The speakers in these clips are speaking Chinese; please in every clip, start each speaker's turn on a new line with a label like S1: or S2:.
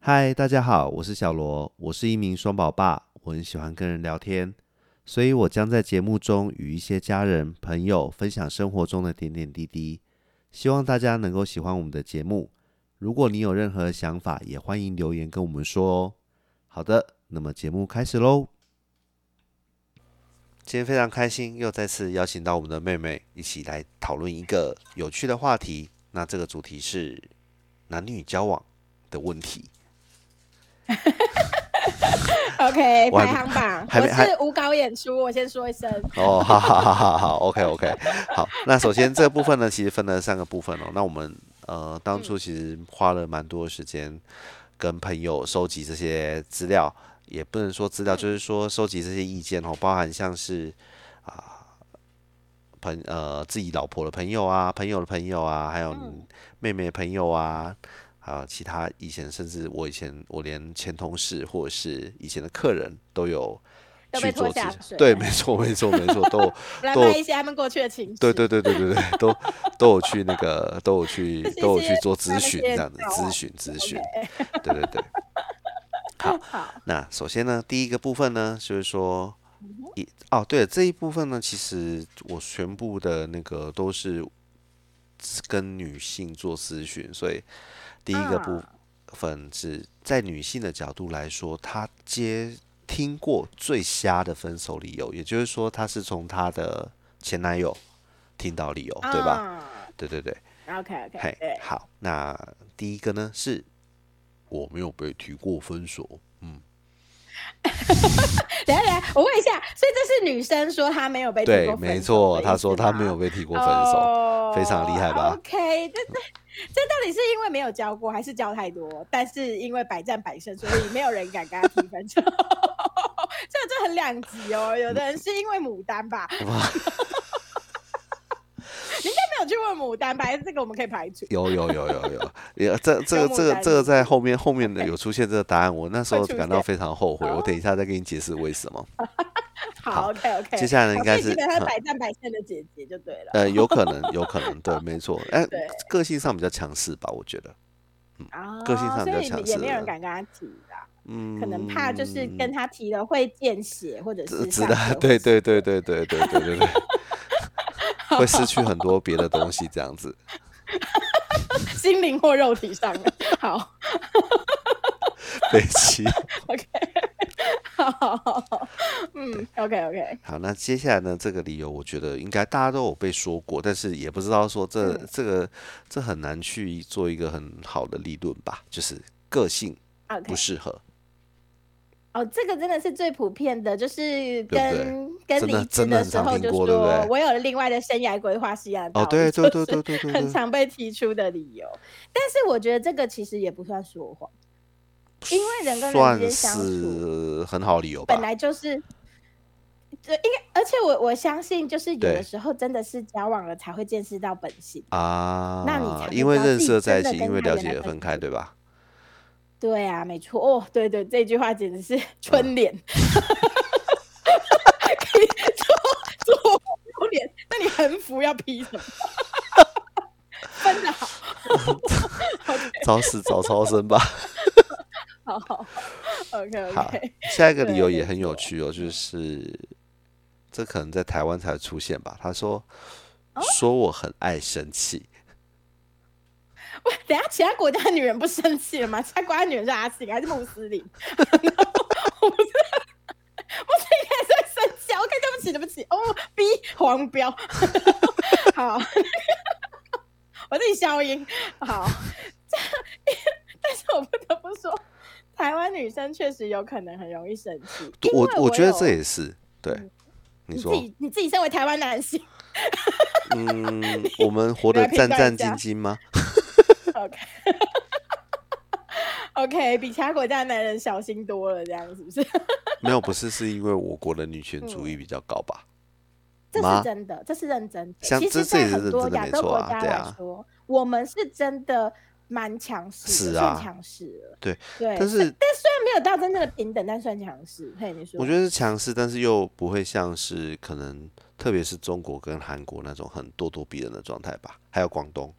S1: 嗨，大家好，我是小罗，我是一名双宝爸，我很喜欢跟人聊天，所以我将在节目中与一些家人、朋友分享生活中的点点滴滴，希望大家能够喜欢我们的节目。如果你有任何想法，也欢迎留言跟我们说哦。好的，那么节目开始喽。今天非常开心，又再次邀请到我们的妹妹一起来讨论一个有趣的话题。那这个主题是男女交往的问题。
S2: OK，
S1: 我还
S2: 排行榜，
S1: 还
S2: 我
S1: 没还
S2: 是无稿演出，我先说一声。
S1: 哦，好好好好好，OK OK，好。 那首先这个部分呢，其实分了三个部分哦。那我们呃当
S2: 嗯
S1: 初其实花了蛮多时间跟朋友收集这些资料，也不能说资料，
S2: 嗯
S1: 就是说收集这些意见哦，包含像是啊朋呃自己老婆的朋友啊，朋友的朋友啊，还有
S2: 嗯
S1: 妹妹的朋友啊。还有其他以前，甚至我以前，我连前同事或者是以前的客人都有
S2: 都
S1: 去
S2: 被拖
S1: 做咨
S2: 下
S1: 询
S2: 水
S1: 对，没错，没错，没错，都有
S2: 来
S1: 都
S2: 拍一些他们过去的情史。
S1: 对对对对对对，都都有去那个，都有去
S2: 这是一
S1: 都有去
S2: 些
S1: 做
S2: 大
S1: 咨
S2: 的
S1: 询
S2: 介
S1: 这样子，
S2: 绍
S1: 咨
S2: 啊
S1: 询咨询，对对对。
S2: 好，
S1: 那首先呢，第一个部分呢，就是说，一哦，对了这一部分呢，其实我全部的那个都是跟女性做咨询，所以第一个部
S2: 啊
S1: 分是在女性的角度来说，她接听过最瞎的分手理由，也就是说，她是从她的前男友听到理由，哦对
S2: 啊
S1: 吧？对对对，
S2: ？OK OK，
S1: 嘿，
S2: 啊对，
S1: 好，那第一个呢是我没有被提过分手，嗯，
S2: 等一下等一下，我问一下，所以这是女生说她没有被
S1: 对
S2: 听过，分
S1: 没
S2: 手
S1: 错，
S2: 的
S1: 他
S2: 意思
S1: 说他
S2: 吗
S1: 没有被提过分手，
S2: 哦
S1: 非常厉害吧
S2: OK，这这这到底是因为没有教过，还是教太多？但是因为百战百胜，所以没有人敢跟他提分手。这 这很两极哦，有的人是因为牡丹吧，你应 该没有去问牡丹吧？还是这个我们可以排除。
S1: 有有有有有，也这这个
S2: 幽默
S1: 这个
S2: 感
S1: 这个
S2: 是
S1: 在后面后面的
S2: OK
S1: 有出现这个答案，我那时候
S2: 出
S1: 感到
S2: 现
S1: 非常后悔，我等一下再给你解释为什么。好
S2: 好，OK OK。
S1: 接下来呢应该是
S2: 基本
S1: 嗯
S2: 上百战百胜的姐姐就对了。
S1: 呃，有可能，有可能，对，没错，哎
S2: 对，
S1: 个性上比较强势吧，我觉得，
S2: 啊，
S1: 嗯个性上比较
S2: 所以
S1: 强
S2: 也
S1: 势
S2: 没有
S1: 的
S2: 人敢跟他提啦，
S1: 嗯，
S2: 可能怕就是跟他提了会见血，或者
S1: 值
S2: 是
S1: 值
S2: 下
S1: 得
S2: 车，
S1: 对对对对对对对对对，会失去很多别的东西，这样子。
S2: 心灵或肉体上 的。好
S1: 北齐。
S2: ，OK，好好好，好嗯，OK OK，
S1: 好，那接下来呢？这个理由我觉得应该大家都有被说过，但是也不知道说这、
S2: 嗯
S1: 这个这很难去做一个很好的立论吧，就是个性
S2: OK，
S1: 不适合，
S2: 哦，这个真的是最普遍的，就是
S1: 对
S2: 跟跟
S1: 真的
S2: 离职
S1: 真的
S2: 的
S1: 很
S2: 时
S1: 常
S2: 候
S1: 听
S2: 就
S1: 过对不
S2: 说
S1: 对
S2: 我有另外的生涯规划是一样的
S1: 哦，
S2: 道
S1: 对
S2: 理
S1: 对
S2: 就
S1: 对对对对
S2: 是很
S1: 对，
S2: 常被提出的理由。但是我觉得这个其实也不算说谎，因为人跟人之
S1: 算
S2: 间相处。
S1: 是很好理由吧
S2: 本。来就是，对，应该，而且我我相信，就是有
S1: 对
S2: 的时候真的是交往了才会见识到本性。
S1: 啊，
S2: 那你才会
S1: 因为
S2: 知道
S1: 认
S2: 自
S1: 识
S2: 己
S1: 了在一
S2: 真
S1: 起，
S2: 的跟
S1: 因为
S2: 他
S1: 了
S2: 原
S1: 解
S2: 来
S1: 而
S2: 本
S1: 分开，
S2: 性
S1: 对吧？
S2: 对啊，没错，哦，对对，这句话简直是春联， 可以做做春联，那你横幅要批什么？分的好，
S1: 找死找超生吧。
S2: 好好，OK
S1: 好
S2: OK，，
S1: 下一个理
S2: 对
S1: 由
S2: 没
S1: 也很有趣哦，就是这可能在台湾才出现吧。他说
S2: 哦
S1: 说我很爱生气，
S2: 喂，等一下其他国家的女人不生气了吗？其他国家的女人是阿信还是穆斯 林？我是我是应该是在生气啊，OK，对不起对不起，哦，B 黄标，好，我自己消音，好，这但是我不得不说，台湾女生确实有可能很容易生气，因
S1: 我
S2: 为
S1: 我觉得
S2: 有嗯
S1: 这也是对。你
S2: 你
S1: 说
S2: 自，己你自己身为台湾男性
S1: 嗯，我们活
S2: 你
S1: 得
S2: 来评
S1: 战
S2: 价
S1: 战
S2: 一下
S1: 兢兢吗？
S2: ，OK。OK，比其他国家的男人小心多了，这样是不是？
S1: 没有，不是，是因为我国的女权主义
S2: 嗯
S1: 比较高吧？
S2: 这
S1: 吗
S2: 是真的，这是认真的。
S1: 像
S2: 其
S1: 这
S2: 实，
S1: 这也
S2: 在
S1: 是
S2: 很
S1: 认
S2: 多
S1: 真的
S2: 亚
S1: 没
S2: 洲
S1: 错
S2: 国
S1: 啊
S2: 家
S1: 对
S2: 来
S1: 啊
S2: 说，我们是真的蛮强势的，
S1: 是啊
S2: 算强势了。
S1: 对，
S2: 对，
S1: 但是
S2: 但虽然没有到真正的平等，但算强势。嘿，你说，
S1: 我觉得是强势，但是又不会像是可能，特别是中国跟韩国那种很咄咄逼人的状态吧，还有广东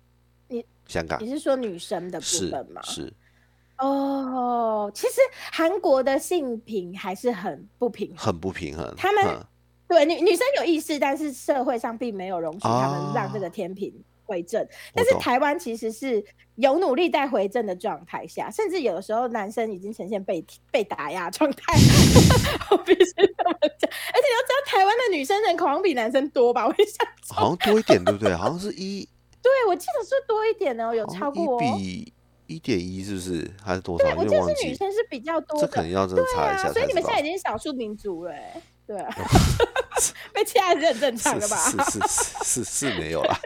S2: 你、
S1: 香港
S2: 你是说女生的部
S1: 是
S2: 分吗？
S1: 是，
S2: 哦有，其实韩国的性平还是很不平衡。
S1: 很不平衡。
S2: 他们
S1: 嗯
S2: 对，女女生有意识，但是社会上并没有容许他们让这
S1: 哦
S2: 个天平回正。
S1: 我
S2: 但是
S1: 懂
S2: 台湾其实是有努力在回正的状态下，甚至有的时候男生已经呈现被被打压的状态，我必须这么讲。而且你要知道，台湾的女生人口好像比男生多吧？我一想，
S1: 好像多一点，对不对？好像是一，
S2: 对我记得是多一点哦，有
S1: 好
S2: 超
S1: 像
S2: 过、
S1: 一
S2: 哦。
S1: 比一点一，是不是？还是多少？
S2: 对，我
S1: 有
S2: 记
S1: 点
S2: 得
S1: 忘
S2: 是女
S1: 记。
S2: 生是比较多
S1: 这
S2: 的，
S1: 可能要真的
S2: 对
S1: 查一下
S2: 啊，所以
S1: 才
S2: 你
S1: 知
S2: 们现
S1: 道
S2: 在已。经是少数民族了、欸，对啊，被掐还是很正常的吧？
S1: 是是是是是没有 啦，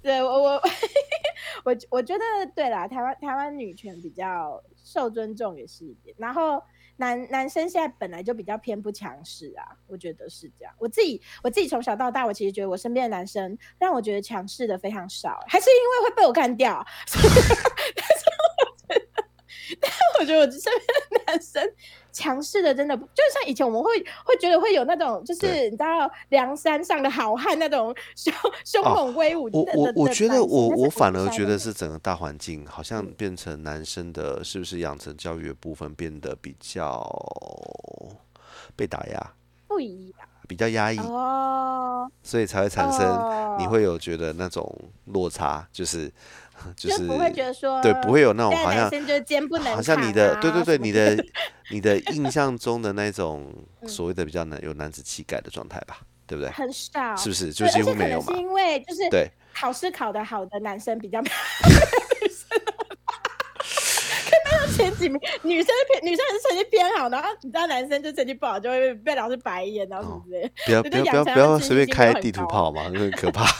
S2: 对我我 我觉我觉得对啦，台湾台湾女权比较受尊重也是一点，然后男男生现在本来就比较偏不强势啊，我觉得是这样。我自己我自己从小到大，我其实觉得我身边的男生让我觉得强势的非常少，欸还是因为会被我干掉。啊 所以 但是我觉得，但是我觉得我身边的男生强势的真的不，就像以前我们会会觉得会有那种，就是
S1: 对
S2: 你知道梁山上的好汉那种凶凶
S1: 哦
S2: 猛威武
S1: 我
S2: 的
S1: 我
S2: 的
S1: 我
S2: 的
S1: 觉
S2: 男
S1: 得
S2: 性
S1: 我
S2: 但是
S1: 我反
S2: 不
S1: 而
S2: 算
S1: 觉
S2: 那
S1: 得
S2: 种
S1: 是整个大环境好像
S2: 嗯
S1: 变成男生的，是不是养成教育的部分变得比较被打压，
S2: 不一样
S1: 比较压抑，
S2: 哦，
S1: 所以才会产生你
S2: 哦
S1: 会有觉得那种落差，就是就是
S2: 不会觉得说
S1: 对，不会有那种
S2: 现在
S1: 好
S2: 男
S1: 像
S2: 生就是肩不能扛啊、
S1: 好像你的对对对，
S2: 什么
S1: 你
S2: 之类
S1: 的你的印象中的那种
S2: 嗯
S1: 所谓的比较男有男子气概的状态吧，对不对？
S2: 很少，
S1: 是不是就
S2: 对
S1: 几
S2: 而
S1: 乎
S2: 且可
S1: 没有
S2: 能
S1: 嘛
S2: 是因为就是
S1: 对，
S2: 考试考得好的男生 比较没 有女生那么大。可能前几名，女生偏女生还是成绩偏好，然后你知道男生就成绩不好就会被老师白眼，啊然后什么之类的。
S1: 不要
S2: 对
S1: 不
S2: 对
S1: 要不要
S2: 养成
S1: 不要
S2: 他自
S1: 随
S2: 信
S1: 便
S2: 心
S1: 开
S2: 都很
S1: 地图
S2: 高
S1: 炮嘛，那很可怕。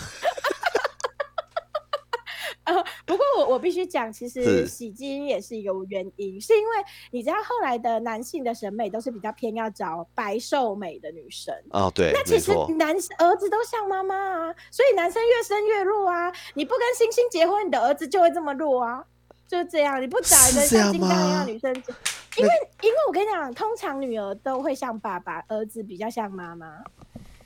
S2: 呃，不过我我必须讲，其
S1: 是
S2: 实洗基因也是一个原因，是因为你知道后来的男性的审美都是比较偏要找白瘦美的女生。
S1: 哦，对
S2: 那，
S1: 没
S2: 其实
S1: 错，
S2: 男生儿子都像妈妈啊，所以男生越生越弱啊。你不跟星星结婚，你的儿子就会这么弱啊，就是这样。你不找一个
S1: 是这样
S2: 像金刚一
S1: 吗
S2: 样的女生结，因为因为我跟你讲，通常女儿都会像爸爸，儿子比较像妈妈，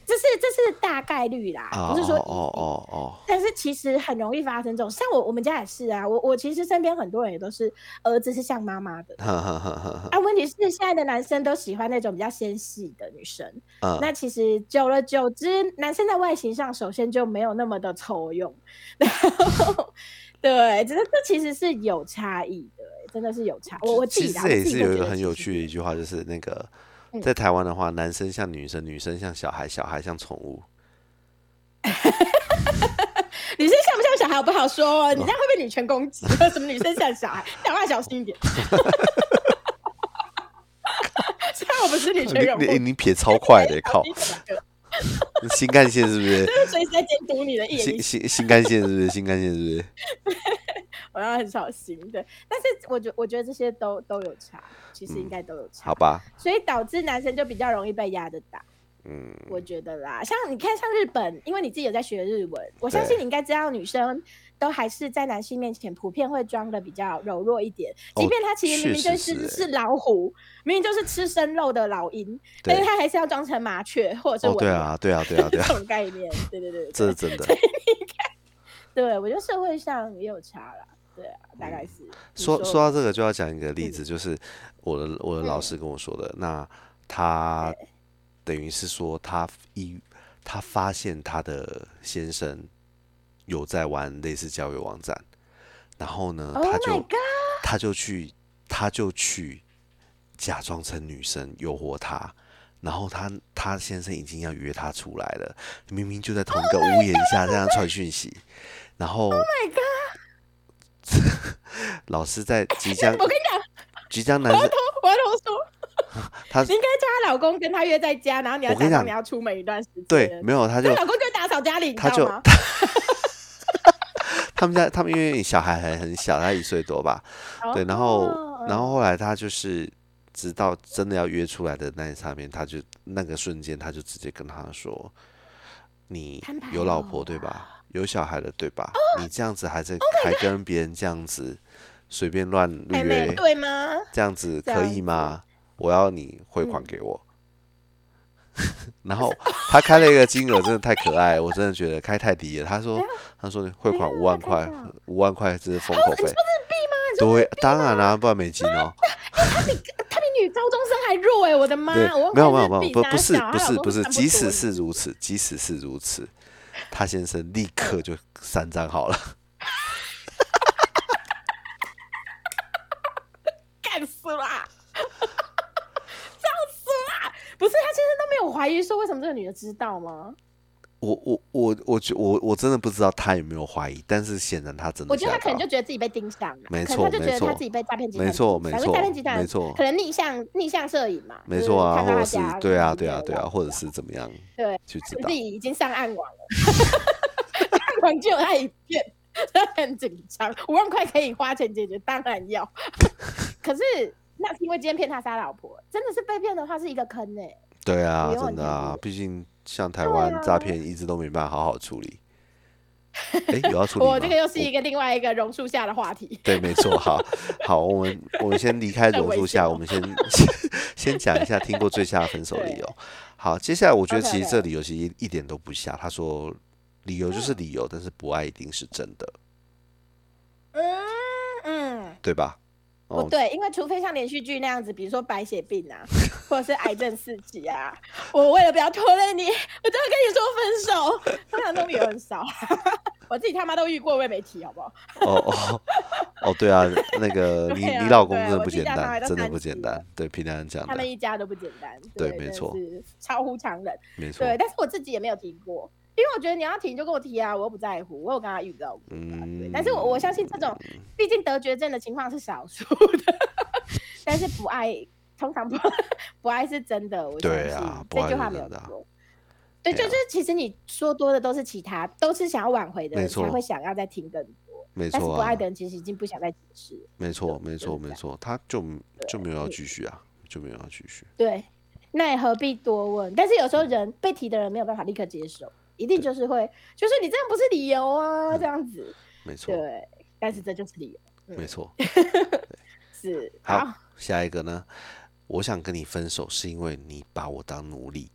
S2: 这是这是大概率啦，
S1: 哦
S2: 不是说
S1: 哦
S2: 一
S1: 哦
S2: 定。
S1: 哦哦，
S2: 但是其实很容易发生这种，像我我们家也是啊，我我其实身边很多人也都是儿子是像妈妈的，
S1: 哈哈哈 哈
S2: 啊，问题是现在的男生都喜欢那种比较纤细的女生，
S1: 哈，
S2: 啊那
S1: 嗯，
S2: 其实久了久之，男生在外形上首先就没有那么的抽用， 然后对，这这其实是有差异的，欸真的是有差。我我自
S1: 其
S2: 己
S1: 实
S2: 啦
S1: 这
S2: 我
S1: 也
S2: 自己
S1: 是
S2: 都
S1: 有一
S2: 觉
S1: 个
S2: 得
S1: 很
S2: 其
S1: 有
S2: 实
S1: 趣的一句话，就是那个
S2: 嗯
S1: 在台湾的话，男生像女生，女生像小孩，小孩像宠 物。
S2: 女生像不像小孩我不好说哦，你这样会被女权攻 击。说什么女生像小孩，讲话小心一点。虽然我不是女权拥护
S1: 你你哦
S2: 者，
S1: 你撇超快 的，靠！
S2: 你怎么了
S1: 新干线是不是？
S2: 就是随时在监督 你的一言
S1: 新
S2: 一行，
S1: 新新干线是不是？新干线是不是？
S2: 我要很小心。对，但是我觉我觉得这些都都有差，其实应该都有
S1: 嗯
S2: 差。
S1: 好吧，
S2: 所以导致男生就比较容易被压着打，
S1: 嗯，
S2: 我觉得啦。像你看，像日本，因为你自己有在学日文，我相信你应该知道，女生都还是在男性面前普遍会装的比较柔弱一点，
S1: 哦
S2: 即便她其实明明就
S1: 确实
S2: 是
S1: 是
S2: 是老虎，明明就是吃生肉的老鹰，
S1: 对
S2: 但是她还是要装成麻雀或者是
S1: 哦，对
S2: 文
S1: 啊，对啊，对啊，
S2: 这
S1: 对啊，
S2: 种概念。对对对对，
S1: 这
S2: 对
S1: 是真的。
S2: 对我觉得社会上也有差啦。对啊，大概是。你
S1: 说说
S2: 吧
S1: 到这个，就要讲一个例
S2: 嗯
S1: 子，就是我的我的老
S2: 嗯
S1: 师跟我说的。那他等于是说，他一他发现他的先生有在玩类似交友网站，然后呢，
S2: ，Oh
S1: 他
S2: my
S1: 就
S2: god！
S1: 他就去他就去假装成女生诱惑他。然后他他先生已经要约他出来了，明明就在同一个屋檐下这样传讯息，然后
S2: Oh my god！
S1: 老师在即将
S2: 我跟你讲，
S1: 即将男生
S2: 我要同 说。
S1: 他
S2: 你应该叫她老公跟她约在家，然后你要
S1: 我跟你
S2: 假装
S1: 讲
S2: 你要出门一段时间。
S1: 对，没有，他就
S2: 她老公就会打扫家里，你
S1: 他
S2: 知
S1: 就
S2: 道吗？
S1: 他们家他们因为小孩还很小，他一岁多吧，
S2: 哦
S1: 对，然后
S2: 嗯
S1: 然后后来他就是直到真的要约出来的那一刹面，他就那个瞬间他就直接跟他说：“你
S2: 摊牌
S1: 有老
S2: 了？Oh
S1: 婆对吧？有小孩了对吧？你这样子还在还跟别人这样子随便乱
S2: 暧
S1: 约
S2: 昧，对吗？
S1: 这样子
S2: 这
S1: 可
S2: 样
S1: 以
S2: 子
S1: 吗？我要你汇款
S2: 嗯
S1: 给我。 然后他开了一个金额，真的太可爱了，我真的觉得开太低了。他说，他说汇款
S2: 没
S1: 五
S2: 有啊
S1: 万
S2: 他开
S1: 块
S2: 哦多少，
S1: 五万块这是封口费。
S2: 是币吗？你
S1: 对，当然啦、不然没劲哦。
S2: 她比女高中生还弱哎、我的妈！
S1: 对
S2: 我，
S1: 没有没
S2: 忘
S1: 有没有，
S2: 记她比
S1: 不
S2: 哪
S1: 不是
S2: 小
S1: 不
S2: 她
S1: 是
S2: 老公
S1: 不是，
S2: 看
S1: 即使
S2: 出
S1: 是如此，即使是如此，他先生立刻就三张好了。
S2: 干死啦， 笑死啦！不是他先生都没有怀疑说为什么这个女的知道吗？
S1: 我我我我觉我我真的不知道他有没有怀疑，但是显然他真的
S2: 我觉得
S1: 吓
S2: 他可能
S1: 到
S2: 就觉得自己被盯上了，
S1: 没
S2: 可
S1: 错
S2: 能他就觉
S1: 没
S2: 得
S1: 错
S2: 他自己被诈骗集团
S1: 没错没
S2: 反正
S1: 错
S2: 诈骗集团
S1: 没错
S2: 可能逆向逆向摄影嘛，
S1: 没
S2: 就是
S1: 错啊，
S2: 看到
S1: 或
S2: 他
S1: 者是
S2: 家
S1: 对啊
S2: 什么
S1: 对啊
S2: 之类
S1: 对
S2: 的
S1: 啊，或者是怎么样
S2: 对，
S1: 去知
S2: 自
S1: 道？
S2: 己已经上暗网了，暗网就有他影片，很紧张。五万块可以花钱解决，当然 要。可是那是因为今天骗他杀老婆，真的是被骗的话是一个坑欸呢、
S1: 对啊，
S2: 没有
S1: 真
S2: 你
S1: 的
S2: 看
S1: 啊
S2: 这，
S1: 毕竟像台
S2: 对
S1: 湾
S2: 啊
S1: 诈骗一直都没办法好好处 理。哎，有要处理吗？
S2: 我这个又是
S1: 我
S2: 一个另外一个榕树下的话题。
S1: 对，没错，好，好，我们我们先离开
S2: 在
S1: 榕
S2: 微
S1: 树
S2: 笑
S1: 下，我们先先先讲一下听过最吓的分手理
S2: 对
S1: 由。好，接下来我觉得其
S2: OK，OK
S1: 实这理由其实一点都不吓，他说理由就是理由，但是不爱一定是真的，
S2: 嗯嗯，
S1: 对吧？
S2: 不
S1: 哦，
S2: 对，因为除非像连续剧那样子，比如说白血病啊， 或者是癌症四级啊，我为了不要拖累你，我就要跟你说分手。我想这种理由很少， 我自己他妈都遇过，我也没提，好不好？
S1: 哦哦哦，对啊，那 个你
S2: 对
S1: 你
S2: 啊
S1: 老公
S2: 对
S1: 真的
S2: 我
S1: 不
S2: 自己
S1: 简
S2: 家小孩
S1: 单，
S2: 都
S1: 真的
S2: 三
S1: 不
S2: 级
S1: 简
S2: 了
S1: 单，对，平安讲
S2: 他
S1: 的
S2: 们，一家都不简单，
S1: 对没
S2: 真的
S1: 错
S2: 是超乎常人。
S1: 没错，
S2: 对，但是我自己也没有提过，因为我觉得你要提你就跟我提啊，我又不在乎，我有跟他预告过。
S1: 嗯，
S2: 但是我我相信这种，毕竟得绝症的情况是少数的， 但是不爱通常不不爱是真的，我相
S1: 对
S2: 信
S1: 啊不
S2: 这
S1: 爱
S2: 句
S1: 是
S2: 话没
S1: 真
S2: 有
S1: 的啊
S2: 错。对，就
S1: 对啊
S2: 就是其实你说多的都是其他，都是想要挽回的
S1: 没
S2: 人才
S1: 错
S2: 会想要再听更多，
S1: 没
S2: 但是
S1: 错
S2: 不
S1: 啊
S2: 爱，的人其实已经不想再解释了。
S1: 没错，没错，
S2: 是
S1: 没
S2: 这样
S1: 错，他就就没有要
S2: 嗯
S1: 继续啊，就没有要继续。
S2: 对，那也何必多问？但是有时候人被提的人没有办法立刻接受，一定就是会，就是你这样不是理由啊，这样子。
S1: 嗯没错，
S2: 对，但是这就是理由，嗯
S1: 没错。
S2: 是
S1: 好，下一个呢？我想跟你分手是因为你把我当奴隶。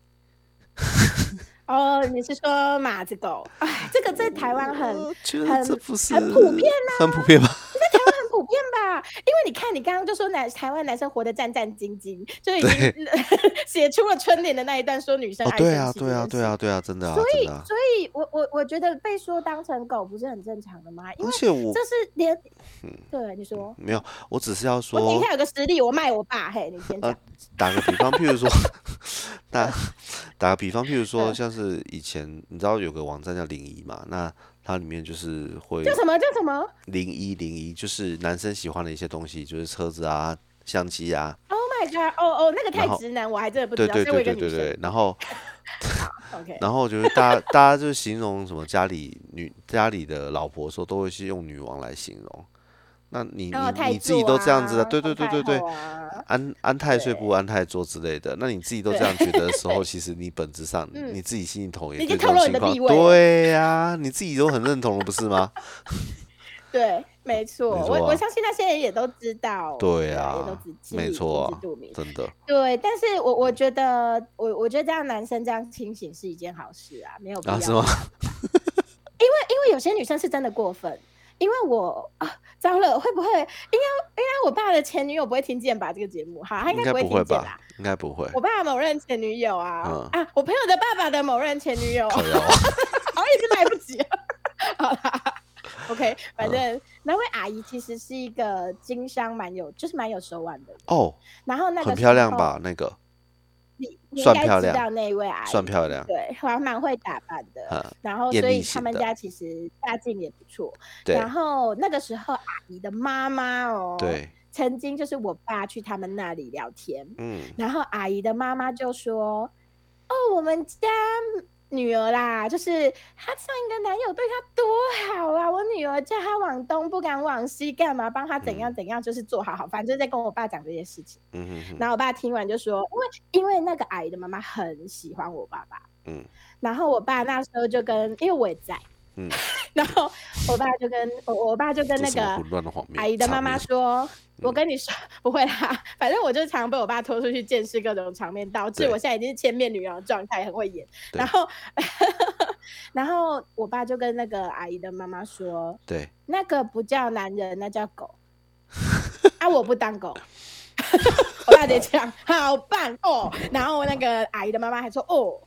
S2: 哦，你是说马子狗？哎，这个在台湾很
S1: 我觉得
S2: 很
S1: 这不是
S2: 很普遍啊
S1: 啦、很普 遍吧？
S2: 很普遍吧？因为你看，你刚刚就说男台湾男生活得战战兢兢，就已经 写出了春联的那一段，说女生
S1: 哦
S2: 爱，
S1: 对啊，
S2: 生气这
S1: 对啊，
S2: 件
S1: 对
S2: 事
S1: 啊，对啊，真的啊，
S2: 所
S1: 真
S2: 以
S1: 的、啊，。
S2: 所以我我我觉得被说当成狗不是很正常的吗？因
S1: 而
S2: 为
S1: 且啊我嗯
S2: 这是连，对你说，
S1: 没有，我只是要
S2: 我底
S1: 说
S2: 下，有个实力，我卖我爸，嘿，你先讲
S1: 呃。，打个比方，譬如 说，打打个比方，譬如
S2: 嗯
S1: 说，像是以前你知道有个网站叫零一嘛，那它里面就是会
S2: 叫什么叫什么
S1: 零一零一，就是男生喜欢的一些东西，就是车子啊、相机啊，
S2: ？Oh my god！哦哦，那个太
S1: 然后
S2: 直男，我还真的不
S1: 对
S2: 知道。
S1: 对
S2: 所以我
S1: 对
S2: 一个
S1: 对
S2: 女
S1: 对
S2: 生
S1: 对，然后。
S2: OK，
S1: 然后就是大家大家就是形容什么家里女家里的老婆说都会是用女王来形容，那你你、
S2: 然后哦太
S1: 你自己都这样子了，
S2: 做
S1: 对
S2: 啊
S1: 对对对对
S2: 皇，太后啊
S1: 安安太岁
S2: 对
S1: 不安太座之类的，那你自己都这
S2: 对
S1: 样觉得的时 候，其实你本质上
S2: 嗯
S1: 你自己心里头也
S2: 你已
S1: 对这
S2: 经透
S1: 种
S2: 露
S1: 情
S2: 你的
S1: 况，
S2: 地位
S1: 对呀、你自己都很认同了，不是吗？
S2: 对，没错，
S1: 没错
S2: 我
S1: 啊
S2: 我相信那些人也都知道，
S1: 对
S2: 也都
S1: 啊
S2: 知，心里
S1: 没
S2: 心
S1: 错
S2: 知
S1: 啊
S2: 肚明，。
S1: 真的，
S2: 对，但是我我觉得，我我觉得这样男生这样清醒是一件好事啊，没有必要。
S1: 啊是吗？
S2: 因为有些女生是真的过分，因为我啊，糟了，会不会应该应该我爸的前女友不会听见吧？这个节目，好，他
S1: 应
S2: 应
S1: 该
S2: 该
S1: 不
S2: 不
S1: 会
S2: 听见
S1: 吧？？应该不会，
S2: 我爸某任前女友啊、
S1: 嗯
S2: 啊，我朋友的爸爸的某任前女友，
S1: 靠腰啊
S2: 好像也是来不及了。好啦 OK，反正
S1: 嗯
S2: 那位阿姨其实是一个经商蛮有，就是蛮有手腕的人。
S1: 哦，
S2: 然后那个
S1: 很漂亮
S2: 时候？
S1: 吧？那个
S2: 你你应
S1: 算
S2: 该
S1: 漂
S2: 知
S1: 亮
S2: 道那一位阿姨，
S1: 算漂亮，
S2: 对，还蛮会打扮的。
S1: 嗯，
S2: 然后
S1: 艳
S2: 所以
S1: 丽
S2: 他
S1: 型
S2: 们
S1: 的
S2: 家其实家境也不错。
S1: 对
S2: 然后那个时候阿姨的妈妈哦，，
S1: 对，
S2: 曾经就是我爸去他们那里聊天，
S1: 嗯，
S2: 然后阿姨的妈妈就说：“哦，我们家女儿啦，就是她上一个男友对她多好啊，我女儿叫她往东不敢往西，干嘛帮她怎样怎样，就是做好好，反正就在跟我爸讲这些事情。
S1: 嗯哼哼
S2: 然后我爸听完就说：因为因为那个阿姨的妈妈很喜欢我爸爸，
S1: 嗯
S2: 然后我爸那时候就跟，因为我也在，
S1: 嗯，
S2: 然后我爸就跟我我爸就跟
S1: 这
S2: 那
S1: 什么
S2: 个
S1: 混乱的画面，
S2: 阿姨的
S1: 场
S2: 妈妈
S1: 面
S2: 说：“我
S1: 嗯
S2: 跟你说，不会啦，反正我就常被我爸拖出去见识各种场面，导致
S1: 对
S2: 我现在已经是千面女郎的状态，很会演。”
S1: 对
S2: 然后， 然后我爸就跟那个阿姨的妈妈说
S1: 对，：“
S2: 那个不叫男人，那叫狗。”啊，我不当狗。 我大姐讲好棒哦，然后那个阿姨的妈妈还说哦，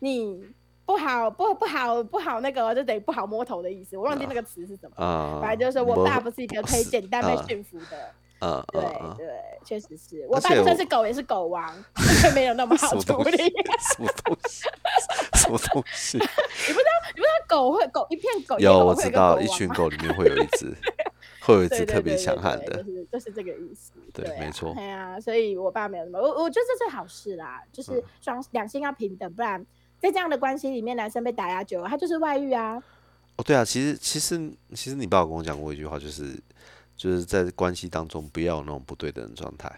S2: 你不好不不好不好那个哦就等于不好摸头的意思，我忘记那个词是什么。
S1: 啊，
S2: 反正就是说我爸不是一个可以
S1: 是
S2: 简单被
S1: 啊
S2: 驯服的，
S1: 啊啊
S2: 对
S1: 啊，
S2: 对，确实是我
S1: 而
S2: 爸
S1: 且
S2: 就算
S1: 我
S2: 是狗也是狗王，因为没有那么
S1: 什
S2: 好
S1: 么
S2: 处
S1: 东
S2: 理。
S1: 西？ 什么东 西？什么东西？
S2: 你不知道 狗会狗一片狗，一片
S1: 有
S2: 狗
S1: 我
S2: 会
S1: 知
S2: 有个
S1: 道，
S2: 狗
S1: 一
S2: 王
S1: 群
S2: 吗
S1: 狗里面会有一 只，会有一
S2: 对
S1: 只
S2: 对
S1: 特别
S2: 对
S1: 强
S2: 对
S1: 悍
S2: 对
S1: 的
S2: 就。是就是这个意思。
S1: 对
S2: 啊
S1: 没错
S2: 哎呀，所以我爸没有什么，我我觉得这是好事啦，就是
S1: 嗯
S2: 双两性要平等，不然在这样的关系里面，男生被打压久了，他就是外遇啊。
S1: 哦，对啊，其实其实其实你爸有跟我讲过一句话，就是就是在关系当中不要有那种不对等的状态，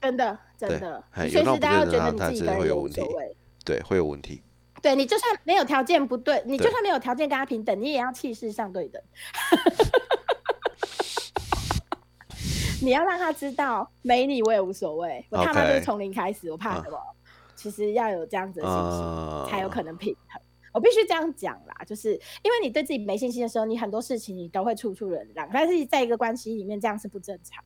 S2: 真的，真
S1: 对
S2: 的，
S1: 嘿有
S2: 你随
S1: 那种
S2: 时
S1: 不
S2: 都要
S1: 对的
S2: 觉得
S1: 状
S2: 你
S1: 态
S2: 自己
S1: 真
S2: 一
S1: 的
S2: 个人
S1: 会
S2: 也
S1: 有
S2: 无
S1: 问题
S2: 所谓。
S1: 对，会有问题。
S2: 对你就算没有条件不对，你就
S1: 对
S2: 算没有条件跟他平等，你也要气势上对等。 你要让他知道没你我也无所谓，我他妈就是
S1: OK
S2: 从零开始，我怕
S1: 嗯
S2: 什么？其实要有这样子的心情。
S1: 啊，
S2: 才有可能平衡。我必须这样讲啦，就是因为你对自己没信心的时候，你很多事情你都会处处忍让，但是在一个关系里面，这样是不正常，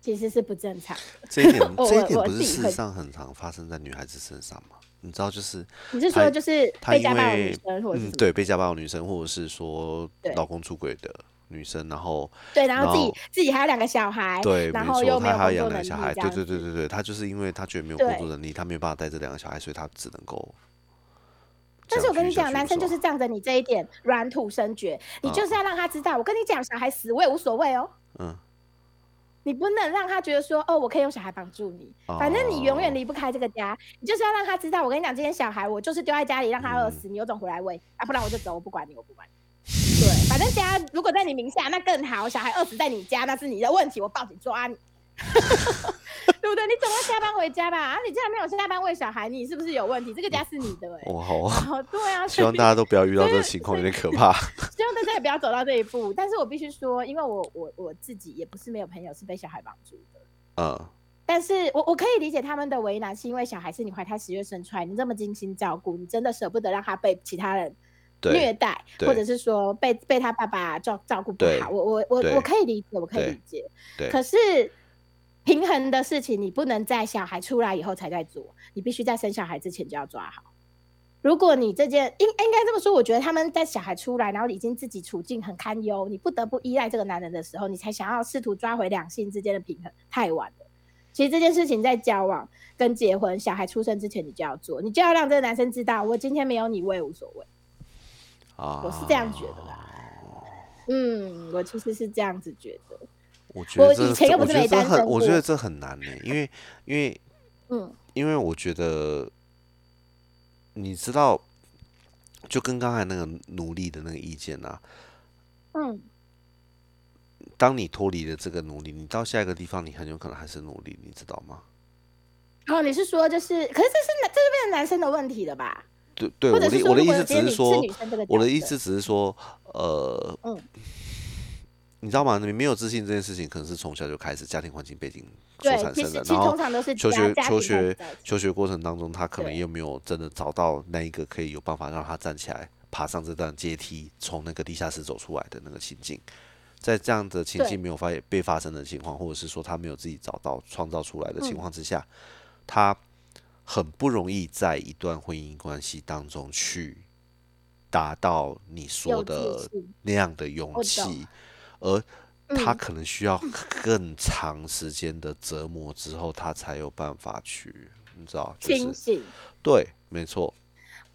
S2: 其实是不正常。
S1: 这一点
S2: 我
S1: 这一
S2: 我
S1: 点
S2: 我
S1: 不是
S2: 自己
S1: 事
S2: 会
S1: 实上很常发生在女孩子身上吗？你知道就是
S2: 你是
S1: 他
S2: 说就是
S1: 她
S2: 被
S1: 因
S2: 家暴的女
S1: 为
S2: 生，或者是
S1: 嗯
S2: 什么
S1: 对被家暴的女生，或者是说
S2: 对
S1: 老公出轨的女生，然后
S2: 对，然后
S1: 然
S2: 自己
S1: 后
S2: 自己还有两个小孩，
S1: 对，
S2: 哎然
S1: 没
S2: 后又
S1: 错，
S2: 没有
S1: 她还要养两
S2: 工作能
S1: 个
S2: 力，
S1: 小孩，
S2: 这
S1: 对
S2: 样
S1: 对对
S2: 子
S1: 对对，她就是因为她觉得没有工作
S2: 对
S1: 能力，她没有办法带这两个小孩，所以她只能够这样去下去。
S2: 但是我跟你讲，男生就是是仗着你这一点软土生绝，你就是要让他知道，我跟你讲，小孩死我也无所谓哦。
S1: 嗯，
S2: 你不能让他觉得说，哦，我可以用小孩帮助你，反正你永远
S1: 哦
S2: 离不开这个家，你就是要让他知道。我跟你讲，这些小孩我就是丢在家里让他饿死，
S1: 嗯
S2: 你有种回来喂啊，不然我就走，我不管你，我不管你。对，反正家如果在你名下那更好，小孩饿死在你家那是你的问题，我报警抓你， 对不对？你总要下班回家吧？啊，你竟然没有下班喂小孩，你是不是有问题？这个家是你的哎、欸。
S1: 哇好啊，
S2: 哦，对 啊，
S1: 希望
S2: 所以
S1: 大家都不要遇到这个情况，有点可 怕。
S2: 希望大家也不要走到这一步。但是我必须说，因为我我我自己也不是没有朋友是被小孩绑住的，
S1: 嗯，
S2: 但是我我可以理解他们的为难，是因为小孩是你怀胎十月生出来，你这么精心照顾，你真的舍不得让他被其他人虐
S1: 对
S2: 待，
S1: 对
S2: 或者是说被被他爸爸照照顾不
S1: 对
S2: 好，我我我
S1: 对
S2: 我可以理解，我可以
S1: 对
S2: 理解。
S1: 对
S2: 可是平衡的事情，你不能在小孩出来以后才在做，你必须在生小孩之前就要抓好。如果你这件应应该这么说，我觉得他们在小孩出来，然后已经自己处境很堪忧，你不得不依赖这个男人的时候，你才想要试图抓回两性之间的平衡，太晚了。其实这件事情在交往跟结婚、小孩出生之前，你就要做，你就要让这个男生知道，我今天没有你，我也无所谓。
S1: 啊，
S2: 我是这样觉得啦。嗯，我其实是这样子觉得。
S1: 我觉得
S2: 我
S1: 这
S2: 以前又
S1: 我
S2: 不是
S1: 觉得
S2: 没
S1: 这
S2: 单
S1: 很，
S2: 身
S1: 我觉得
S2: 过
S1: 这很难呢、因为因为
S2: 嗯，
S1: 因为我觉得，你知道，就跟刚才那个奴隶的那个意见啊，
S2: 嗯，
S1: 当你脱离了这个奴隶，你到下一个地方，你很有可能还是奴隶，你知道吗？
S2: 然后哦你是说就是，可是这是男，这就变成男生的问题了吧？
S1: 对对，
S2: 或
S1: 我
S2: 者是
S1: 的
S2: 说
S1: 我的意
S2: 如果
S1: 思
S2: 有
S1: 只
S2: 些
S1: 是
S2: 女是
S1: 说
S2: 女生这个，
S1: 我的
S2: 角
S1: 意
S2: 色
S1: 思只是说，呃，
S2: 嗯
S1: 你知道吗？你没有自信这件事情，可能是从小就开始，家庭环境背景所
S2: 对，
S1: 产
S2: 其
S1: 生
S2: 实
S1: 的。
S2: 其实
S1: 然后
S2: 通常都是
S1: 求
S2: 家
S1: 学
S2: 家
S1: 求
S2: 庭才
S1: 学
S2: 在一起
S1: 求学过程当中，他可能
S2: 对
S1: 又没有真的找到那一个可以有办法让他站起来、爬上这段阶梯，从那个地下室走出来的那个情境。在这样的情
S2: 对
S1: 境没有发被发生的情况，或者是说他没有自己找到创造出来的
S2: 嗯
S1: 情况之下，他很不容易在一段婚姻关系当中去达到你说
S2: 有自
S1: 的
S2: 信
S1: 那样的勇
S2: 我
S1: 气
S2: 懂，
S1: 而他
S2: 嗯
S1: 可能需要更长时间的折磨之后，他才有办法去，你知道，就
S2: 清
S1: 是
S2: 醒。
S1: 对，没错，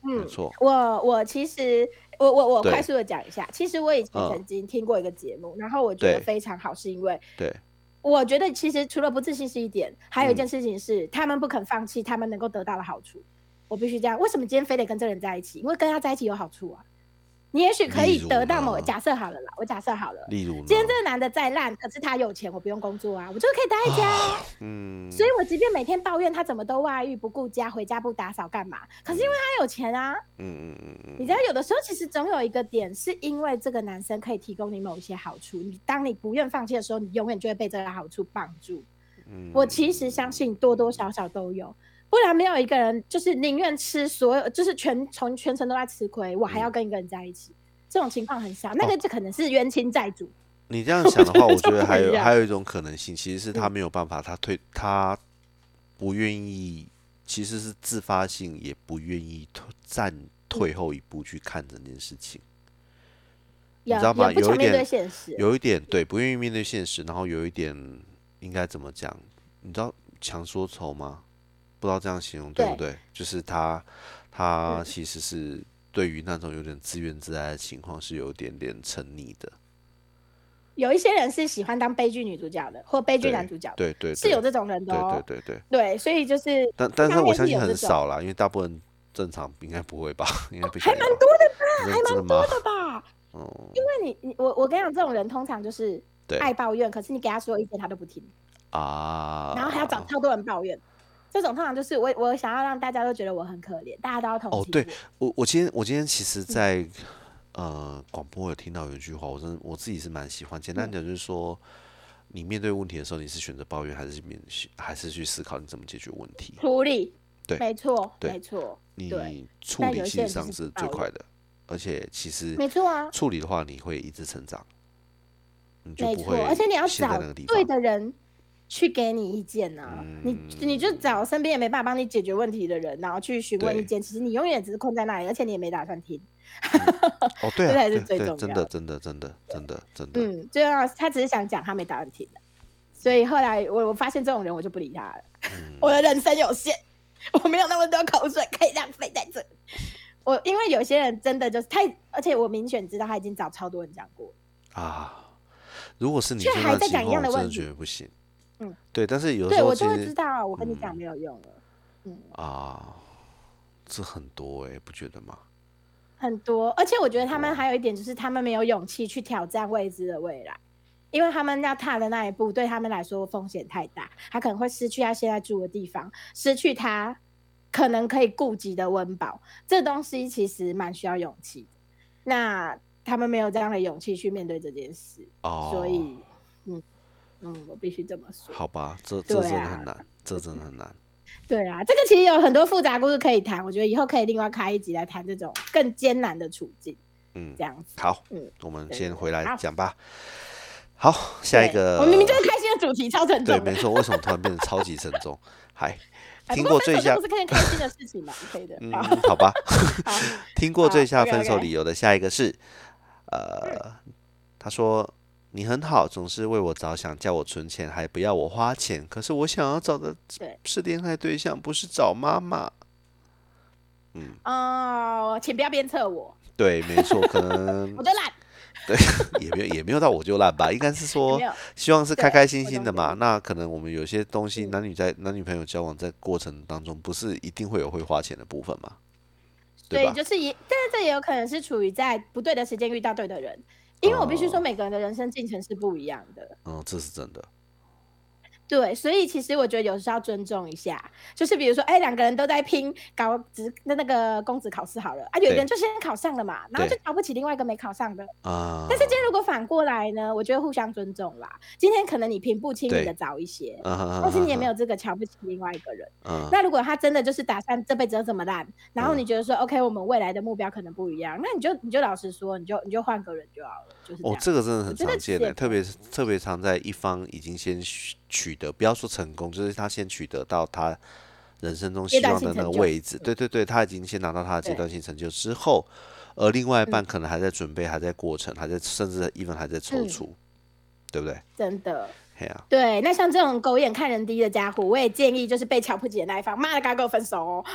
S1: 没
S2: 嗯，
S1: 错，
S2: 我我其实我我我
S1: 对
S2: 快速的讲一下，其实我以前
S1: 嗯
S2: 曾经听过一个节目，然后我觉得
S1: 对
S2: 非常好，是因为
S1: 对，
S2: 我觉得其实除了不自信是一点，还有一
S1: 嗯
S2: 件事情是、他们不肯放弃他们能够得到的好处。我必须这样，为什么今天非得跟这个人在一起？因为跟他在一起有好处啊。你也许可
S1: 例
S2: 以
S1: 如
S2: 得到某
S1: 呢
S2: 假设好了啦，我假设好了，
S1: 例如呢
S2: 今，天这个男的再烂，可是他有钱，我不用工作啊，我就可以待在家啊、
S1: 嗯，
S2: 所以我即便每天抱怨他怎么都外遇、不顾家、回家不打扫干嘛，可是因为他有钱啊。
S1: 嗯嗯嗯嗯，
S2: 你知道，有的时候其实总有一个点，是因为这个男生可以提供你某一些好处，你当你不愿放弃的时候，你永远就会被这个好处绑住。
S1: 嗯
S2: 我其实相信多多少少都有，不然没有一个人就是宁愿吃所有，就是全从
S1: 嗯
S2: 全
S1: 哦
S2: 程都在吃亏，我还要跟一个人在一起，这种情况很少。那个就可能是冤亲债主，
S1: 你这样想的话，
S2: 我
S1: 我
S2: 觉
S1: 觉
S2: 得
S1: 得还
S2: 就不一嗯
S1: 有
S2: 样
S1: 还有一种可能性，其实是他没有办法，他退他不愿意，其实是自发性，也不愿意退站退
S2: 嗯
S1: 后一步去看整件事情，
S2: 也
S1: 知道吗
S2: 也不
S1: 有
S2: 想
S1: 一
S2: 面对
S1: 点
S2: 现实，
S1: 有一点对不愿意面对现实，然后有一点应该怎么讲？你知道强说愁吗？不知道这样形容对不对？就是他
S2: 嗯
S1: 他其实是对于那种有点自怨自艾的情况是有一点点沉溺的，
S2: 有一些人是喜欢当悲剧女主角的，或悲剧
S1: 对
S2: 男主角的，
S1: 对对
S2: 是有
S1: 对
S2: 这种人的
S1: 对对
S2: 哦。
S1: 对对。哦
S2: 对，所以就是
S1: 但但是
S2: 方
S1: 我
S2: 面
S1: 相
S2: 是
S1: 信
S2: 有
S1: 很
S2: 这种
S1: 少啦，因为大部分正常应该不会吧， 应该不
S2: 还
S1: 行吧。
S2: 蛮多的，
S1: 真
S2: 还
S1: 的真的
S2: 蛮多
S1: 吗？
S2: 的吧？
S1: 哦，
S2: 那你你我我跟你讲，这种人通常就是
S1: 对
S2: 爱抱怨，可是你给他所有意见他都不听，
S1: 啊，
S2: 然后还要找超多人抱怨。这种通常就是我我想要让大家都觉得我很可怜，大家都要同情
S1: 哦
S2: 我。
S1: 对我我今天我今天其
S2: 嗯
S1: 实在，呃广播有听到有一句话，我真的我自己是蛮喜欢。简
S2: 嗯
S1: 单讲就是说，你面对问题的时候，你是选择抱怨，还是面还是去思考你怎么解决问题？
S2: 处理，
S1: 对
S2: 没错，
S1: 对
S2: 没错，对，
S1: 你处
S2: 但
S1: 理
S2: 有一
S1: 其
S2: 些
S1: 实上
S2: 人就是
S1: 是
S2: 抱
S1: 最
S2: 怨
S1: 快的，而且其实
S2: 没错啊，
S1: 处理的话，你会一直成长，你就
S2: 没
S1: 不
S2: 错
S1: 会，
S2: 而且你要
S1: 陷在
S2: 找
S1: 那个地
S2: 对
S1: 方。嗯
S2: 的人去给你意见呐、啊你你就找身边也没办法帮你解决问题的人，然后去询问
S1: 对
S2: 意见，其实你永远只是困在那里，而且你也没打算听。
S1: 哦，对啊，
S2: 这才是
S1: 对
S2: 最
S1: 对，
S2: 重
S1: 真
S2: 要
S1: 的
S2: 的
S1: 真的真的真的真的，
S2: 嗯，最重要的是他只是想讲，他没打算听的。所以后来我我发现这种人，我就不理他了。
S1: 嗯
S2: 我的人生有限，我没有那么多口水可以浪费在这里。我因为有些人真的就是太，而且我明显知道他已经找超多人讲过，
S1: 啊，如果是你
S2: 却
S1: 这
S2: 还
S1: 段
S2: 在
S1: 情
S2: 讲一
S1: 况，我
S2: 样的
S1: 真
S2: 问
S1: 的
S2: 题
S1: 觉得不行。
S2: 嗯，
S1: 对，但是有时
S2: 对
S1: 候
S2: 我
S1: 其
S2: 就会
S1: 实嗯
S2: 知道我跟你讲没有用了。
S1: 啊，这很多哎、不觉得吗？
S2: 很多，而且我觉得他们还有一点就是，他们没有勇气去挑战未知的未来，因为他们要踏的那一步对他们来说风险太大，他可能会失去他现在住的地方，失去他可能可以顾及的温饱，这东西其实蛮需要勇气的。那他们没有这样的勇气去面对这件事，
S1: 哦，
S2: 所以，嗯嗯，我必须这么说。
S1: 好吧，这这
S2: 对
S1: 真的
S2: 啊
S1: 很难，这真的很 难。
S2: 对啊，这个其实有很多复杂故事可以谈，我觉得以后可以另外开一集来谈这种更艰难的处境，
S1: 嗯
S2: 这，样子。
S1: 好，
S2: 嗯
S1: 我们
S2: 对
S1: 先
S2: 对
S1: 回来
S2: 好
S1: 讲吧。好，下一
S2: 对
S1: 个，
S2: 我明明就是开心的主题，超沉
S1: 对，
S2: 重
S1: 没
S2: 的。
S1: 错，为什么突然变得超级沉 重？嗨，
S2: 哎
S1: 听
S2: 不过
S1: 过最
S2: 分手
S1: 下
S2: 都不是件开心的事情嘛，可以的。
S1: 嗯
S2: 好，
S1: 好 吧。
S2: 好
S1: 听过最下
S2: 好，OK，OK
S1: 分手理由的下一个是，呃，他说你很好，总是为我着想，叫我存钱，还不要我花钱。可是我想要找的
S2: 对
S1: 是恋爱对象，不是找妈妈。
S2: 哦，请不要鞭策我，
S1: 对，没错，可能
S2: 我就懒。
S1: 对，也没有也没有到我就烂吧，应该是说
S2: 没有
S1: 希望是开
S2: 对嗯
S1: 开心
S2: 我
S1: 心
S2: 懂
S1: 的
S2: 你
S1: 嘛。那可能我们有些东西，男女在男女朋友交往在过程当中，不是一定会有会花钱的部分嘛，
S2: 所
S1: 对
S2: 以
S1: 吧？
S2: 就是也，但是这也有可能是处于在不对的时间遇到对的人，因为我必须说
S1: 哦
S2: 每个人的人生进程是不一样的。
S1: 嗯，这是真的。
S2: 对，所以其实我觉得有时候要尊重一下，就是比如说，哎，两个人都在拼搞职那那个公职考试好了，啊，有一个人就先考上了嘛，然后就
S1: 对
S2: 瞧不起另外一个没考上的，
S1: 啊、
S2: 但是今天如果反过来呢，我觉得互相尊重啦。今天可能你平步青云
S1: 对
S2: 的早一些，
S1: 啊，
S2: 但是你也没有这个瞧不起另外一个人。
S1: 嗯，
S2: 那如果他真的就是打算这辈子都这么烂，然后
S1: 嗯
S2: 你觉得说、OK，我们未来的目标可能不一样，那你就你就老实说，你就你就换个人就好了，就是这
S1: 哦
S2: 样，。
S1: 这个真的很
S2: 觉得
S1: 常见
S2: 解
S1: 的，特别是特别常在一方已经先取取得，不要说成功，就是他先取得到他人生中
S2: 阶
S1: 希
S2: 段
S1: 望
S2: 性
S1: 的那
S2: 成
S1: 个
S2: 就嗯
S1: 位置。对对对，他已经先拿到他的阶
S2: 对
S1: 段性成就之后，而另外一半可能还在准备，还在过程，还在甚至 even 还在踌
S2: 嗯
S1: 躇，对不对？
S2: 真的。
S1: 嘿啊呀，
S2: 对，那像这种狗眼看人低的家伙，我也建议就是被瞧不起的那一方，妈的，赶快跟我分手哦！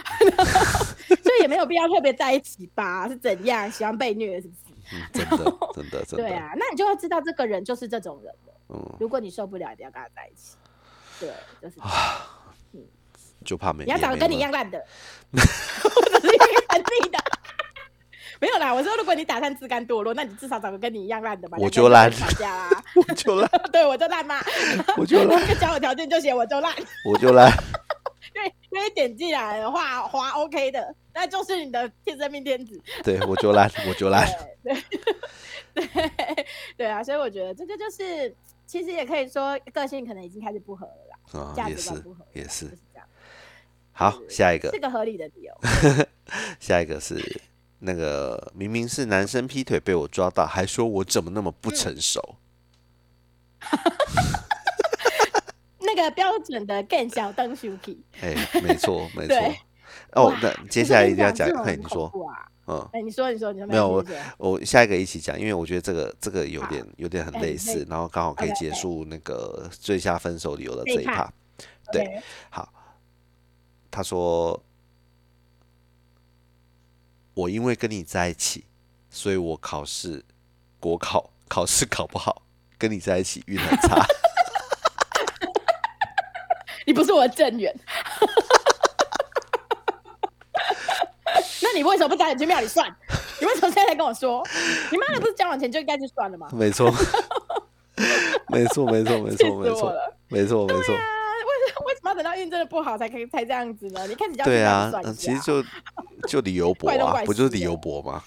S2: 所以也没有必要特别在一起吧？是怎样喜欢被虐是不是？
S1: 嗯，真 的真的真
S2: 对
S1: 的，
S2: 啊，那你就要知道这个人就是这种人了。
S1: 嗯，
S2: 如果你受不了，一定要跟他在一起。对，就是这样
S1: 就怕没
S2: 你要
S1: 也
S2: 找
S1: 没啊
S2: 跟你一
S1: 问
S2: 样烂的，我只是一个肯定的。没有啦，我说如果你打算自甘堕落，那你至少找个跟你一样烂的吧。
S1: 我
S2: 两个
S1: 就
S2: 人
S1: 烂
S2: 会吵架啦，
S1: 我 就烂，
S2: 对我就烂嘛，
S1: 我就烂，
S2: 那个交友条件 就写我就烂，
S1: 我就烂，
S2: 因为因为点进来的话划 OK 的，那就是你的天生命天子。
S1: 对我就烂，我 就烂，
S2: 对对啊，所以我觉得这个就是，其实也可以说个性可能已经开始不合了啦，
S1: 啊，
S2: 价
S1: 也
S2: 值
S1: 是
S2: 观不合，
S1: 也
S2: 就是是。这样，
S1: 好，下一个
S2: 是。个合理的理由。
S1: 下一个是那个明明是男生劈腿被我抓到，还说我怎么那么不成熟，
S2: 那个标准的更小灯 Suki。
S1: 哎、没 错，没错
S2: 嗯对。
S1: 哦
S2: 哇，
S1: 那接下来一定要
S2: 可
S1: 讲
S2: 是我，
S1: 嘿，
S2: 跟
S1: 你
S2: 讲这种很恐
S1: 说，
S2: 怖啊？
S1: 嗯，
S2: 哎，你说，你说，你说，
S1: 没有我
S2: 你说
S1: 我下一个一起讲，因为我觉得这个这个有点有点很
S2: 哎
S1: 类
S2: 你可以
S1: 似，然后刚好可以
S2: OK，
S1: 结束那个最下分手理由的
S2: 这一
S1: 这一
S2: 趴
S1: 趴。对，好，他说我因为跟你在一起，所以我考试国考考试考不好，跟你在一起运很差。
S2: 你不是我的正缘。 那你为什么不早点去庙里算？你为什么现在才跟我说？你妈的，不是交往前就应该去算了吗？
S1: 没错，没错，没错，没
S2: 气死
S1: 错，没
S2: 我
S1: 错
S2: 了，
S1: 没错，没错
S2: 啊，。为什么为什么要等到运真的不好才可以才这样子呢？你开始就要去
S1: 对
S2: 庙
S1: 啊
S2: 里算，一
S1: 嗯
S2: 下
S1: 其实就就理由博
S2: 怪东
S1: 啊，
S2: 怪
S1: 不就是
S2: 西
S1: 理
S2: 的
S1: 由博吗？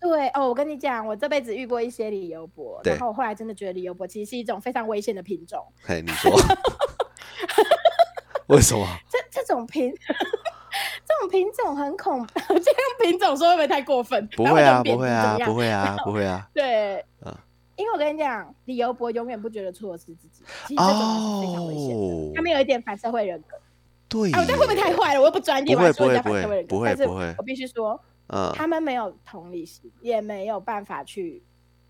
S2: 对哦，我跟你讲，我这辈子遇过一些理由博，
S1: 对
S2: 然后我后来真的觉得理由博其实是一种非常危险的品种。
S1: 嘿，你说为什么？
S2: 这这种品， 这种品种很恐 怖。这样品种说会不会太过分？
S1: 不
S2: 然后
S1: 会
S2: 就
S1: 啊，
S2: 贬
S1: 不会
S2: 低
S1: 啊，
S2: 怎样
S1: 不会啊，不会 啊。
S2: 对，
S1: 啊
S2: 因为我跟你讲，理由博永远不觉得错的是自己，其实这种人是非常危险的。
S1: 哦
S2: 他，们有一点反社会人格，
S1: 对耶，
S2: 哎、我这样会不会太坏了？我又不专业，
S1: 不
S2: 我还
S1: 会
S2: 说人家
S1: 不会
S2: 反社会人
S1: 不
S2: 格，
S1: 会
S2: 但是
S1: 不会
S2: 我必须说，
S1: 嗯，
S2: 他们没有同理心，也没有办法去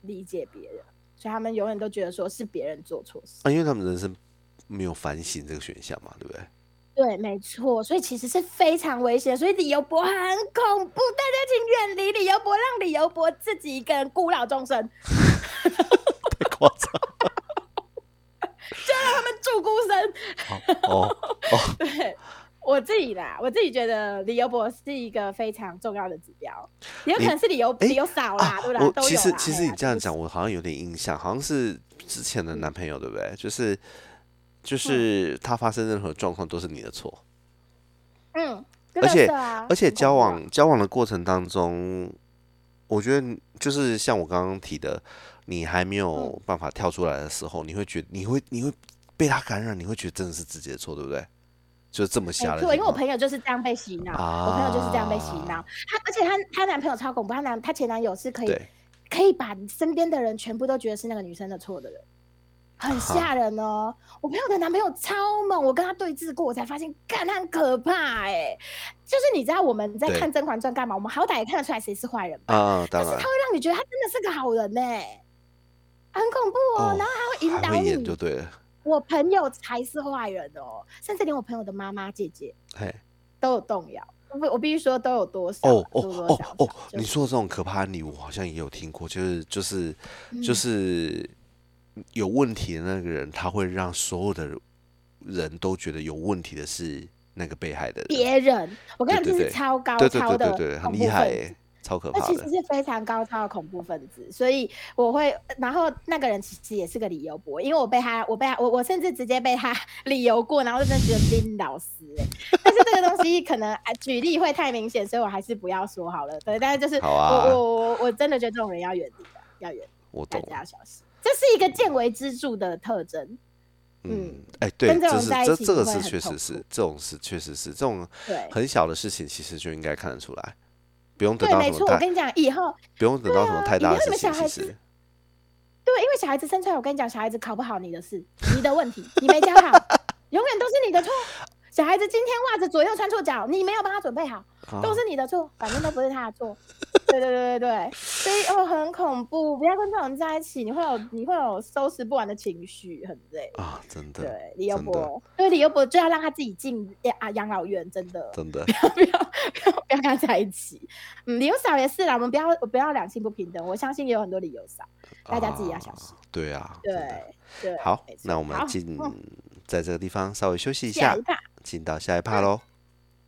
S2: 理解别人，所以他们永远都觉得说是别人做错事。
S1: 啊，因为他们人生没有反省这个选项嘛，对不对？
S2: 对，没错，所以其实是非常危险，所以理由博很恐怖，大家请远离理由博，让理由博自己一个人孤老终生，
S1: 太夸张了
S2: 就让他们住孤生。
S1: 哦，
S2: 对我自己啦，我自己觉得理由博是一个非常重要的指标，也有可能是理由
S1: 诶
S2: 理由少啦，
S1: 啊
S2: 对不啦？
S1: 我
S2: 都有
S1: 其实
S2: 啦
S1: 其
S2: 嘿
S1: 实你
S2: 啦
S1: 这样
S2: 就是
S1: 讲，我好像有点印象，好像是之前的男朋友，对不对？就是就是他发生任何状况都是你的错，
S2: 嗯，
S1: 而且
S2: 真的是啊
S1: 而且
S2: 很恐
S1: 交
S2: 怖啊
S1: 往交往的过程当中，我觉得就是像我刚刚提的，你还
S2: 嗯
S1: 没有办法跳出来的时候，你会觉你会你会被他感染，你会觉得真的是自己的错，对不对？就是这么
S2: 没
S1: 瞎的地
S2: 错，
S1: 方，
S2: 哎因为我朋友就是这样被洗脑，我朋友就是这样被洗脑
S1: 啊。
S2: 她而且她她男朋友超恐怖，她男她前男友是可以
S1: 对
S2: 可以把身边的人全部都觉得是那个女生的错的人，很
S1: 啊哈
S2: 吓人哦。我朋友的男朋友超猛，我跟他对峙过，我才发现，干他很可怕哎、就是你知道我们在
S1: 对
S2: 看《甄嬛传》干嘛？我们好歹也看得出来谁是坏人吧？
S1: 啊，
S2: 但
S1: 当
S2: 是
S1: 然
S2: 他会让你觉得他真的是个好人呢、很恐怖哦。
S1: 哦
S2: 然后他会引
S1: 还
S2: 导
S1: 会演
S2: 你
S1: 就，对了，
S2: 我朋友才是坏人哦，甚至连我朋友的妈妈、姐姐
S1: 嘿。
S2: 都有动摇。我我必须说都有多少
S1: 哦
S2: 多
S1: 哦
S2: 多
S1: 哦
S2: 少
S1: 哦
S2: 少，就
S1: 你说的这种可怕案例，我好像也有听过，就是就是就
S2: 嗯
S1: 是有问题的那个人，他会让所有的人都觉得有问题的是那个被害的人，
S2: 别人，我跟你
S1: 对对
S2: 讲，这
S1: 对
S2: 是超高
S1: 对对
S2: 超
S1: 对
S2: 的
S1: 对对，很
S2: 恐
S1: 厉
S2: 怖
S1: 害欸
S2: 分
S1: 耶
S2: 子，
S1: 超可
S2: 那
S1: 怕
S2: 其实
S1: 的，
S2: 是非常高超的恐怖分子，所以我会，然后那个人其实也是个理由博，因为我被他，我被他，我我甚至直接被他 理由过，然后就真的觉得丁老师、欸，但是这个东西可能 啊举例会太明显，所以我还是不要说好了。对，但是就是我、
S1: 好啊
S2: 我我我真的觉得这种人要远离的，要远离，
S1: 我
S2: 大
S1: 懂，
S2: 家要小心，这是一个见微知著的特征。
S1: 嗯
S2: 嗯，
S1: 哎，对，
S2: 跟这
S1: 这
S2: 种
S1: 是
S2: 在一
S1: 这
S2: 起
S1: 这个
S2: 会
S1: 是
S2: 很
S1: 确
S2: 痛
S1: 实是
S2: 苦
S1: 这种事确实是这种
S2: 对
S1: 很小的事情，其实就应该看得出来，不用等
S2: 对，
S1: 到
S2: 没
S1: 什么
S2: 错，我
S1: 大，
S2: 跟你讲，以后
S1: 不用等到什
S2: 对
S1: 么
S2: 啊
S1: 太
S2: 以
S1: 大
S2: 后
S1: 的
S2: 你
S1: 事
S2: 们
S1: 情，
S2: 小
S1: 其
S2: 孩
S1: 实
S2: 子对，因为小孩子生出来，我跟你讲，小孩子考不好你的事，你的问题，你没教好，永远都是你的错。小孩子今天袜子左右穿错脚，你没有帮他准备好，
S1: 啊
S2: 都是你的错，反正都不是他的错。 对对对对对，所以哦，很恐怖，不要跟这种人在一起，你会有你会有收拾不完的情绪，很累。
S1: 啊，真的
S2: 对，李优
S1: 真的
S2: 博，对李优博就要让他自己进啊养老院，真的。
S1: 真的。
S2: 不要不要不要跟他在一起。嗯，理由少也是啦，我们不要不要两性不平等。我相信也有很多理由少，大家自己要小心
S1: 啊。对啊，
S2: 对
S1: 真的
S2: 对。
S1: 好
S2: 没，错
S1: 那我们
S2: 好
S1: 进
S2: 嗯
S1: 在这个地方稍微休息一
S2: 下
S1: 下
S2: 一，趴嗯
S1: 进到下一趴喽。